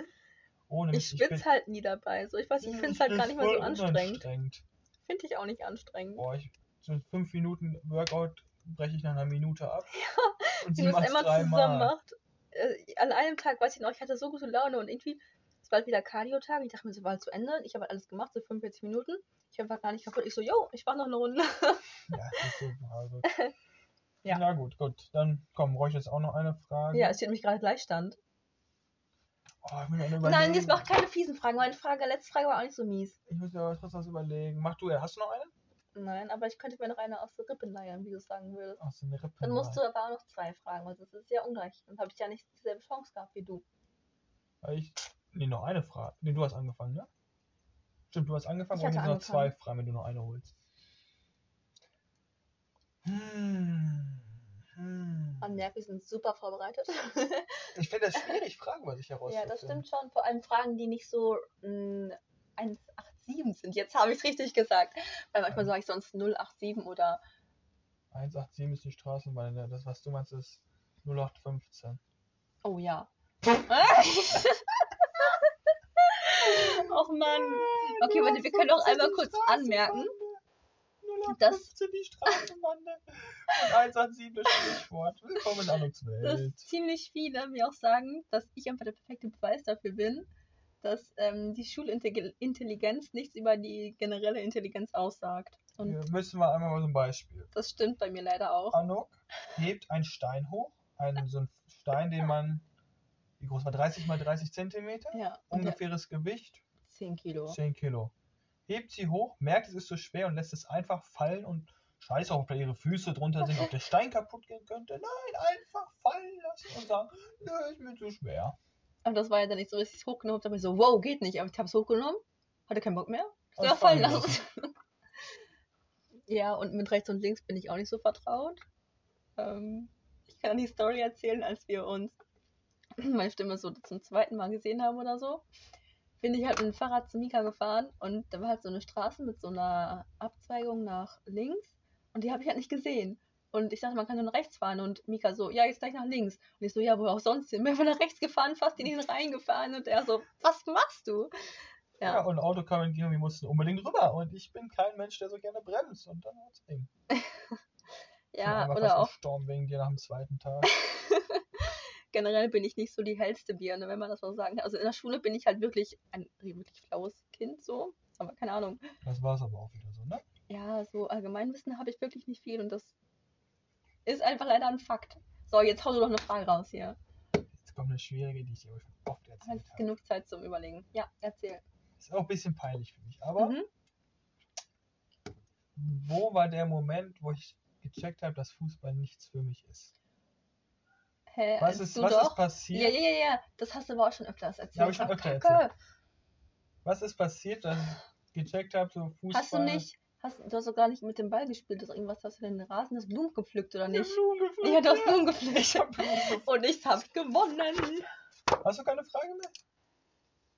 Speaker 3: Ohne
Speaker 2: Ich
Speaker 3: Mist,
Speaker 2: spitz halt nie dabei. So, ich weiß, ich finde es halt
Speaker 3: bin
Speaker 2: gar nicht mal so
Speaker 3: voll
Speaker 2: anstrengend.
Speaker 3: unanstrengend.
Speaker 2: Finde ich auch nicht anstrengend.
Speaker 3: Boah, ich, so fünf Minuten Workout breche ich nach einer Minute ab. und
Speaker 2: die das
Speaker 3: macht's
Speaker 2: immer
Speaker 3: dreimal.
Speaker 2: zusammen macht. Äh, An einem Tag, weiß ich noch, ich hatte so gute Laune und irgendwie, es war halt wieder Cardio-Tag. Ich dachte mir, so war zu Ende. Ich habe halt alles gemacht, so 45 Minuten. Ich war gar nicht kaputt. Ich so, yo, ich war noch eine Runde.
Speaker 3: Ja, das ist so verrückt.
Speaker 2: Ja.
Speaker 3: Na gut, gut. Dann komm, bräuchte jetzt auch noch eine Frage.
Speaker 2: Ja, es steht nämlich gerade Gleichstand.
Speaker 3: Oh, ich bin am
Speaker 2: Nein,
Speaker 3: überlegen.
Speaker 2: jetzt macht keine fiesen Fragen. Meine Frage, letzte Frage war auch nicht so mies.
Speaker 3: Ich muss mir aber trotzdem was überlegen. Mach du, ja, hast du noch eine?
Speaker 2: Nein, aber ich könnte mir noch eine aus der Rippen leiern, wie du es sagen würdest.
Speaker 3: Ach, so eine Rippe.
Speaker 2: Dann musst du aber auch noch zwei fragen, weil das ist ja ungleich. Dann habe ich ja nicht dieselbe Chance gehabt wie du.
Speaker 3: Weil Ich, nee, noch eine Frage. Nee, du hast angefangen, ne? Stimmt, du hast angefangen
Speaker 2: Ich hatte
Speaker 3: jetzt noch
Speaker 2: angefangen.
Speaker 3: zwei Fragen, wenn du noch eine holst. Hm. Hm.
Speaker 2: Man merkt, wir sind super vorbereitet.
Speaker 3: Ich finde das schwierig, Fragen, was ich
Speaker 2: Ja,
Speaker 3: herausfinde.
Speaker 2: das stimmt schon. Vor allem Fragen, die nicht so mm, mh, 187 sind. Jetzt habe ich es richtig gesagt. Weil manchmal sage ich sonst 087 oder
Speaker 3: 187 ist die Straßenbahn. ne? Das, was du meinst, ist 0815.
Speaker 2: oh ja. Och Mann. Okay, warte, wir können auch einmal kurz anmerken. dass-
Speaker 3: 0815 die Straßenbande und 187 das Stichwort. Willkommen in Anux
Speaker 2: Dass
Speaker 3: Welt.
Speaker 2: ziemlich viele mir auch sagen, dass ich einfach der perfekte Beweis dafür bin, dass ähm, die Schulintelligenz nichts über die generelle Intelligenz aussagt. Und
Speaker 3: Hier müssen wir einmal mal so ein Beispiel.
Speaker 2: das stimmt bei mir leider auch.
Speaker 3: Anuk hebt einen Stein hoch, einen so einen Stein, den man, wie groß war, 30 mal 30 Zentimeter,
Speaker 2: Ja, ungefähr
Speaker 3: ungefähres Gewicht,
Speaker 2: 10 Kilo.
Speaker 3: 10 Kilo. Hebt sie hoch, merkt, es ist zu schwer und lässt es einfach fallen und scheiß auf, ob da ihre Füße drunter sind, ob der Stein kaputt gehen könnte. Nein, einfach fallen lassen und sagen, nö, ist mir zu schwer.
Speaker 2: Und das war ja dann nicht so, dass ich es hochgenommen habe. Ich so, wow, geht nicht. Aber ich habe es hochgenommen, hatte keinen Bock mehr. Ich
Speaker 3: Und
Speaker 2: habe fallen lassen. ja, und mit rechts und links bin ich auch nicht so vertraut. Ähm, ich kann die Story erzählen, als wir uns meine Stimme so zum zweiten Mal gesehen haben oder so. Bin ich halt mit dem Fahrrad zu Mika gefahren und da war halt so eine Straße mit so einer Abzweigung nach links und die habe ich halt nicht gesehen. Und ich dachte, man kann nur nach rechts fahren. Und Mika so, ja, jetzt gleich nach links. Und ich so, ja, wo auch sonst hin? Bin wir nach rechts gefahren, fast in ihn reingefahren. Und er so, was machst du?
Speaker 3: Ja.
Speaker 2: Ja.
Speaker 3: und Auto kam entgegen und wir mussten unbedingt rüber. Und ich bin kein Mensch, der so gerne bremst. Und dann hat's Ding.
Speaker 2: Ja,
Speaker 3: fast
Speaker 2: oder auch
Speaker 3: gestorben wegen dir nach dem zweiten Tag.
Speaker 2: generell bin ich nicht so die hellste Birne, wenn man das so sagen kann. Also in der Schule bin ich halt wirklich ein wirklich flaues Kind so. Aber keine Ahnung.
Speaker 3: Das war's aber auch wieder so, ne?
Speaker 2: Ja, so Allgemeinwissen habe ich wirklich nicht viel. Und das ist einfach leider ein Fakt. So, jetzt hau du doch eine Frage raus hier.
Speaker 3: Jetzt kommt eine schwierige, die ich dir aber schon oft
Speaker 2: Hat
Speaker 3: erzählt habe.
Speaker 2: genug Zeit zum Überlegen. Ja, erzähl.
Speaker 3: Ist auch ein bisschen peinlich für mich. Aber
Speaker 2: Mhm.
Speaker 3: wo war der Moment, wo ich gecheckt habe, dass Fußball nichts für mich ist?
Speaker 2: Hä,
Speaker 3: Was
Speaker 2: als
Speaker 3: ist,
Speaker 2: du
Speaker 3: was
Speaker 2: doch?
Speaker 3: ist passiert?
Speaker 2: Ja, ja, ja, ja, das hast du aber auch schon öfters erzählt.
Speaker 3: hab ich schon
Speaker 2: Ach,
Speaker 3: öfter
Speaker 2: Kacke.
Speaker 3: erzählt. Was ist passiert, dass ich gecheckt habe, so Fußball.
Speaker 2: Hast du nicht, hast, du hast doch gar nicht mit dem Ball gespielt, das irgendwas, hast du denn den Rasen, das Blumen gepflückt oder
Speaker 3: Ich hab
Speaker 2: nicht?
Speaker 3: Blumen gepflückt,
Speaker 2: Ja, du hast
Speaker 3: ja.
Speaker 2: Blumen
Speaker 3: Ich hab
Speaker 2: gepflückt.
Speaker 3: Blumen gepflückt.
Speaker 2: Und ich hab gewonnen.
Speaker 3: Hast du keine Frage mehr?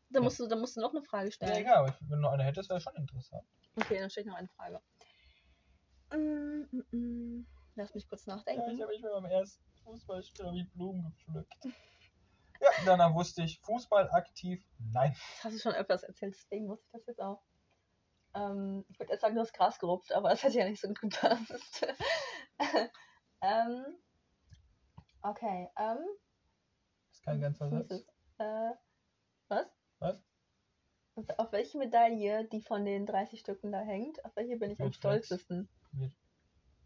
Speaker 2: Da musst du, da musst du noch eine Frage
Speaker 3: Ja,
Speaker 2: stellen.
Speaker 3: egal, aber ich- wenn du noch eine hättest, wäre schon interessant.
Speaker 2: Okay, dann stelle ich noch eine Frage. Mm, mm, mm. Lass mich kurz
Speaker 3: Ja,
Speaker 2: nachdenken.
Speaker 3: ich habe mich beim ersten Fußballspiel hab ich Blumen gepflückt. Ja, danach wusste ich, Fußball aktiv, nein.
Speaker 2: Das hast du schon öfters erzählt, deswegen wusste ich das jetzt auch. Ähm, ich würde jetzt sagen, du hast Gras gerupft, aber das hätte ja nicht so gut gepasst. ähm, okay, ähm.
Speaker 3: Das ist kein ganzer
Speaker 2: hieß
Speaker 3: Satz.
Speaker 2: es, Äh, was?
Speaker 3: Was?
Speaker 2: Und auf welche Medaille, die von den 30 Stücken da hängt, auf welche bin ich am
Speaker 3: Mit Flex.
Speaker 2: stolzesten?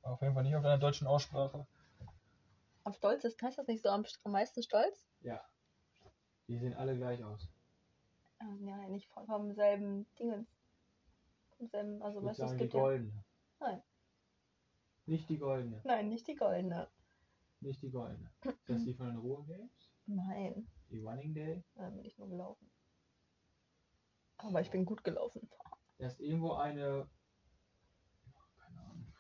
Speaker 3: Auf jeden Fall nicht auf deiner deutschen Aussprache.
Speaker 2: Am stolzesten heißt das nicht so, am, am meisten stolz?
Speaker 3: Ja. Die sehen alle gleich aus.
Speaker 2: Ähm, ja, nicht vom, vom selben Dingens. Vom selben, also weißt du, es gibt Ah, ja.
Speaker 3: goldene.
Speaker 2: Nein.
Speaker 3: Nicht die goldene.
Speaker 2: Nein, nicht die goldene.
Speaker 3: Nicht die goldene. Ist das die von den Ruhr Games?
Speaker 2: Nein,
Speaker 3: Die Running Day?
Speaker 2: da bin ich nur gelaufen. Aber ich bin gut gelaufen.
Speaker 4: Da ist irgendwo eine.
Speaker 3: oh,
Speaker 4: Keine Ahnung.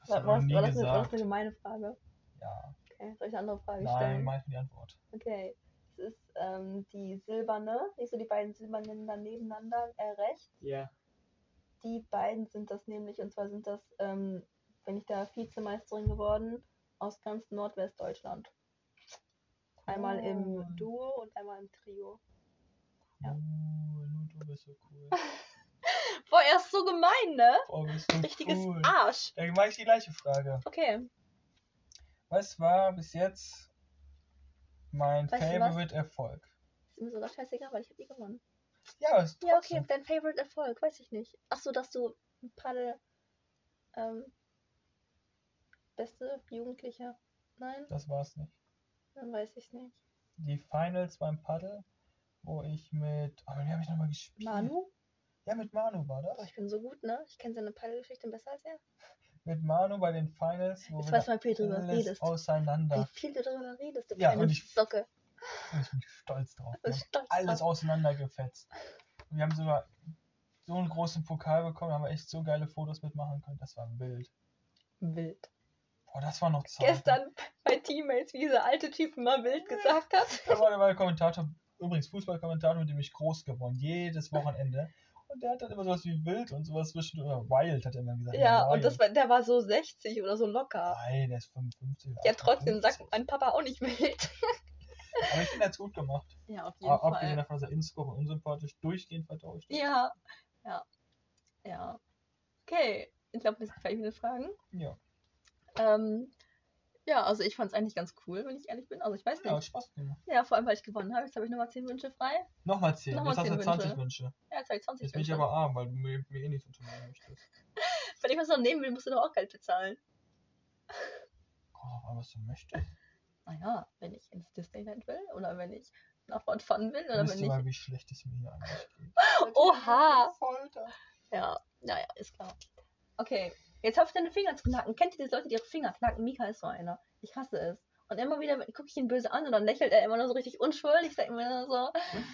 Speaker 3: Hast
Speaker 2: War,
Speaker 3: du
Speaker 2: war,
Speaker 3: noch
Speaker 2: das,
Speaker 3: nie
Speaker 2: war, das eine, war das
Speaker 3: gesagt.
Speaker 2: eine gemeine Frage?
Speaker 3: Ja.
Speaker 2: Okay, soll ich eine andere Frage
Speaker 3: Nein,
Speaker 2: stellen?
Speaker 3: mach ich mir die Antwort.
Speaker 2: Okay. Es ist ähm, die silberne, siehst du die beiden silbernen dann nebeneinander äh, rechts?
Speaker 4: Ja.
Speaker 2: Die beiden sind das nämlich, und zwar sind das ähm, bin ich da Vizemeisterin geworden aus ganz Nordwestdeutschland. Einmal im Duo und einmal im Trio. Ja.
Speaker 3: Oh, Lu, du bist so cool.
Speaker 2: Boah, er ist so gemein, ne?
Speaker 3: Oh, bist du
Speaker 2: Richtiges
Speaker 3: cool.
Speaker 2: Arsch.
Speaker 3: Dann mache ich die gleiche Frage.
Speaker 2: Okay.
Speaker 3: Was war bis jetzt mein
Speaker 2: Weißt du was?
Speaker 3: Favorite-Erfolg?
Speaker 2: Ist mir sogar scheißegal, weil ich hab eh gewonnen.
Speaker 3: Ja, ist
Speaker 2: Ja,
Speaker 3: trotzdem.
Speaker 2: okay, dein Favorite Erfolg, weiß ich nicht. Achso, dass du Paddel. Ähm, beste Jugendliche. Nein,
Speaker 3: Das war's nicht.
Speaker 2: dann weiß ich nicht.
Speaker 3: Die Finals beim Paddel, wo ich mit. Oh, mit wem habe ich nochmal gespielt?
Speaker 2: Manu?
Speaker 3: Ja, mit Manu war das.
Speaker 2: Boah, ich bin so gut, ne? Ich kenne seine Paddelgeschichte besser als er.
Speaker 3: Mit Manu bei den Finals, wo
Speaker 2: Ich
Speaker 3: wir
Speaker 2: weiß,
Speaker 3: da
Speaker 2: wie viel du darüber
Speaker 3: alles
Speaker 2: redest. Wie
Speaker 3: auseinander.
Speaker 2: viel du darüber redest, du
Speaker 3: Ja,
Speaker 2: kleine
Speaker 3: und ich-
Speaker 2: Socke.
Speaker 3: Ich bin stolz drauf.
Speaker 2: Du
Speaker 3: Wir haben
Speaker 2: stolz
Speaker 3: alles
Speaker 2: drauf.
Speaker 3: auseinandergefetzt. Und wir haben sogar so einen großen Pokal bekommen, da haben wir echt so geile Fotos mitmachen können. Das war wild.
Speaker 2: Wild.
Speaker 3: Boah, das war noch Zeit.
Speaker 2: Gestern bei Teammates, wie dieser alte Typ immer wild gesagt hat.
Speaker 3: Da war der mein Kommentator, übrigens Fußballkommentator, mit dem ich groß geworden, jedes Wochenende. Und der hat dann immer sowas wie wild und sowas zwischen, oder wild hat er immer gesagt.
Speaker 2: Ja, und
Speaker 3: wild.
Speaker 2: das war, der war so 60 oder so locker.
Speaker 3: Nein, der ist 55. oder
Speaker 2: Ja, trotzdem
Speaker 3: 58.
Speaker 2: sagt mein Papa auch nicht wild.
Speaker 3: Aber ich finde, er hat's gut gemacht.
Speaker 2: Ja, auf
Speaker 3: Aber abgesehen davon, dass er Inscope und unsympathisch durchgehend vertauscht. hat.
Speaker 2: Ja, ja, ja. Okay, ich glaube, wir sind fertig mit den Fragen.
Speaker 3: Ja.
Speaker 2: Ähm, ja, also ich fand es eigentlich ganz cool, wenn ich ehrlich bin. Also ich weiß
Speaker 3: Ja, hat
Speaker 2: nicht.
Speaker 3: Spaß gemacht.
Speaker 2: Ja, vor allem, weil ich gewonnen habe. Jetzt habe ich nochmal 10 Wünsche frei.
Speaker 3: Nochmal 10.
Speaker 2: Nochmal
Speaker 3: Jetzt hast du
Speaker 2: 10
Speaker 3: 20
Speaker 2: Wünsche.
Speaker 3: Wünsche.
Speaker 2: Ja, jetzt habe ich 20
Speaker 3: Jetzt bin ich
Speaker 2: Wünsche.
Speaker 3: aber arm, weil du mir, mir eh nichts unternehmen möchtest.
Speaker 2: Wenn ich was noch nehmen will, musst du doch auch Geld bezahlen.
Speaker 3: Komm doch an, was du möchtest.
Speaker 2: Naja, Ah wenn ich ins Disneyland will oder wenn ich nach Fort Fun will oder
Speaker 3: Wisst
Speaker 2: wenn
Speaker 3: ihr mal,
Speaker 2: ich...
Speaker 3: wie schlecht es mir hier eigentlich geht?
Speaker 2: Oha!
Speaker 3: Folter.
Speaker 2: Ja, naja, ist klar. Okay, jetzt hab ich deine Finger zu knacken. Kennt ihr diese Leute, die ihre Finger knacken? Mika ist so einer. Ich hasse es. Und immer wieder gucke ich ihn böse an und dann lächelt er immer nur so richtig unschuldig. Ich sag mir nur so,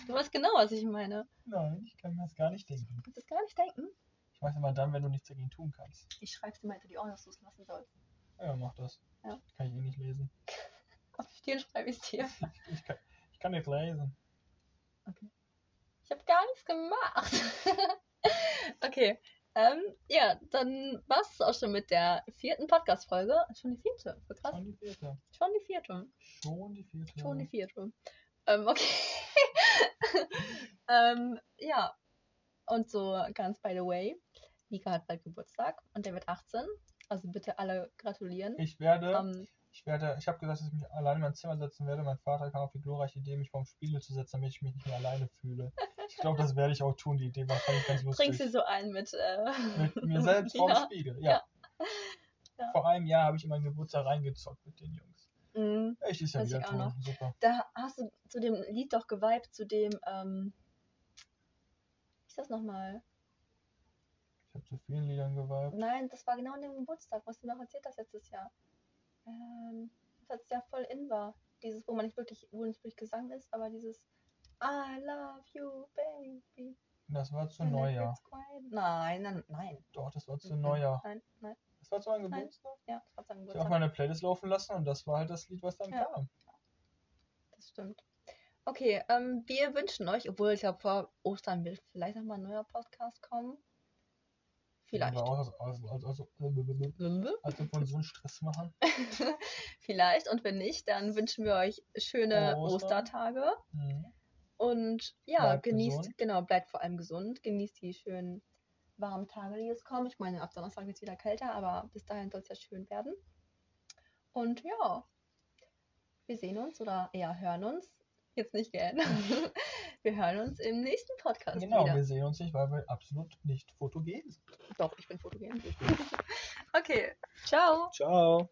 Speaker 2: du weißt genau, was ich meine.
Speaker 3: Nein, ich kann mir das gar nicht denken.
Speaker 2: Kannst du das gar nicht denken?
Speaker 3: Ich weiß immer dann, wenn du nichts dagegen tun kannst.
Speaker 2: Ich schreib's dir mal hinter die Ohren, dass du es lassen sollst.
Speaker 3: Ja, mach das.
Speaker 2: Ja.
Speaker 3: Kann ich eh nicht lesen.
Speaker 2: Auf die Stirn schreibe ich's dir.
Speaker 3: Ich kann, ich kann nicht lesen.
Speaker 2: Ich habe gar nichts gemacht. okay. Ähm, ja, dann war's es auch schon mit der vierten Podcast-Folge. Schon die vierte. Voll Krass.
Speaker 3: Schon die vierte.
Speaker 2: Schon die vierte.
Speaker 3: Schon die vierte.
Speaker 2: Schon die vierte. Ähm, okay. ähm, ja. Und so ganz by the way, Mika hat bald Geburtstag und der wird 18. Also bitte alle gratulieren.
Speaker 3: Ich werde,
Speaker 2: Ähm,
Speaker 3: ich werde, ich habe gesagt, dass ich mich alleine in mein Zimmer setzen werde. Mein Vater kam auf die glorreiche Idee, mich vorm Spiegel zu setzen, damit ich mich nicht mehr alleine fühle. Ich glaube, das werde ich auch tun. Die Idee war fand ich ganz lustig.
Speaker 2: bring sie so ein mit. Äh,
Speaker 3: Mit mir selbst vorm
Speaker 2: Ja.
Speaker 3: Spiegel, ja.
Speaker 2: Ja.
Speaker 3: Vor einem Jahr habe ich in meinen Geburtstag reingezockt mit den Jungs.
Speaker 2: mm,
Speaker 3: Echt ist ja
Speaker 2: Weiß
Speaker 3: wieder
Speaker 2: ich auch
Speaker 3: tun.
Speaker 2: noch.
Speaker 3: Super.
Speaker 2: da hast du zu dem Lied doch geweibt, zu dem. Ähm, wie ist das nochmal?
Speaker 3: Ich habe zu vielen Liedern geweibt.
Speaker 2: Nein, das war genau an dem Geburtstag, was du noch erzählt hast letztes Jahr. Ähm, was letztes Jahr voll in war. Dieses, wo man nicht wirklich, wo nicht wirklich Gesang ist, aber dieses I love you, baby.
Speaker 3: Das war zu
Speaker 2: and it
Speaker 3: Neujahr.
Speaker 2: gets quiet. Nein, nein, nein.
Speaker 3: Doch, das war zu
Speaker 2: Mhm.
Speaker 3: Neujahr.
Speaker 2: Nein, nein,
Speaker 3: Das war zu meinem
Speaker 2: Nein.
Speaker 3: Geburtstag.
Speaker 2: ja, das war sein
Speaker 3: Ich habe auch
Speaker 2: Geburtstag.
Speaker 3: meine Playlist laufen lassen und das war halt das Lied, was dann
Speaker 2: Ja.
Speaker 3: kam.
Speaker 2: Das stimmt. Okay, ähm, wir wünschen euch, obwohl ich glaube, vor Ostern wird vielleicht nochmal ein neuer Podcast kommen. Vielleicht.
Speaker 3: War auch aus, aus, aus, aus, also von so einem Stress machen.
Speaker 2: Vielleicht. Und wenn nicht, dann wünschen wir euch schöne
Speaker 3: Frohe Ostern.
Speaker 2: Ostertage.
Speaker 3: Mhm.
Speaker 2: Und ja,
Speaker 3: Bleibt
Speaker 2: genießt,
Speaker 3: gesund.
Speaker 2: genau, bleibt vor allem gesund, genießt die schönen warmen Tage, die jetzt kommen. Ich meine, ab Donnerstag wird es wieder kälter, aber bis dahin soll es ja schön werden. Und ja, wir sehen uns oder eher hören uns. Jetzt nicht gern. wir hören uns im nächsten Podcast
Speaker 3: Genau,
Speaker 2: wieder.
Speaker 3: wir sehen uns nicht, weil wir absolut nicht fotogen sind.
Speaker 2: Doch, ich bin fotogen. okay, ciao.
Speaker 3: Ciao.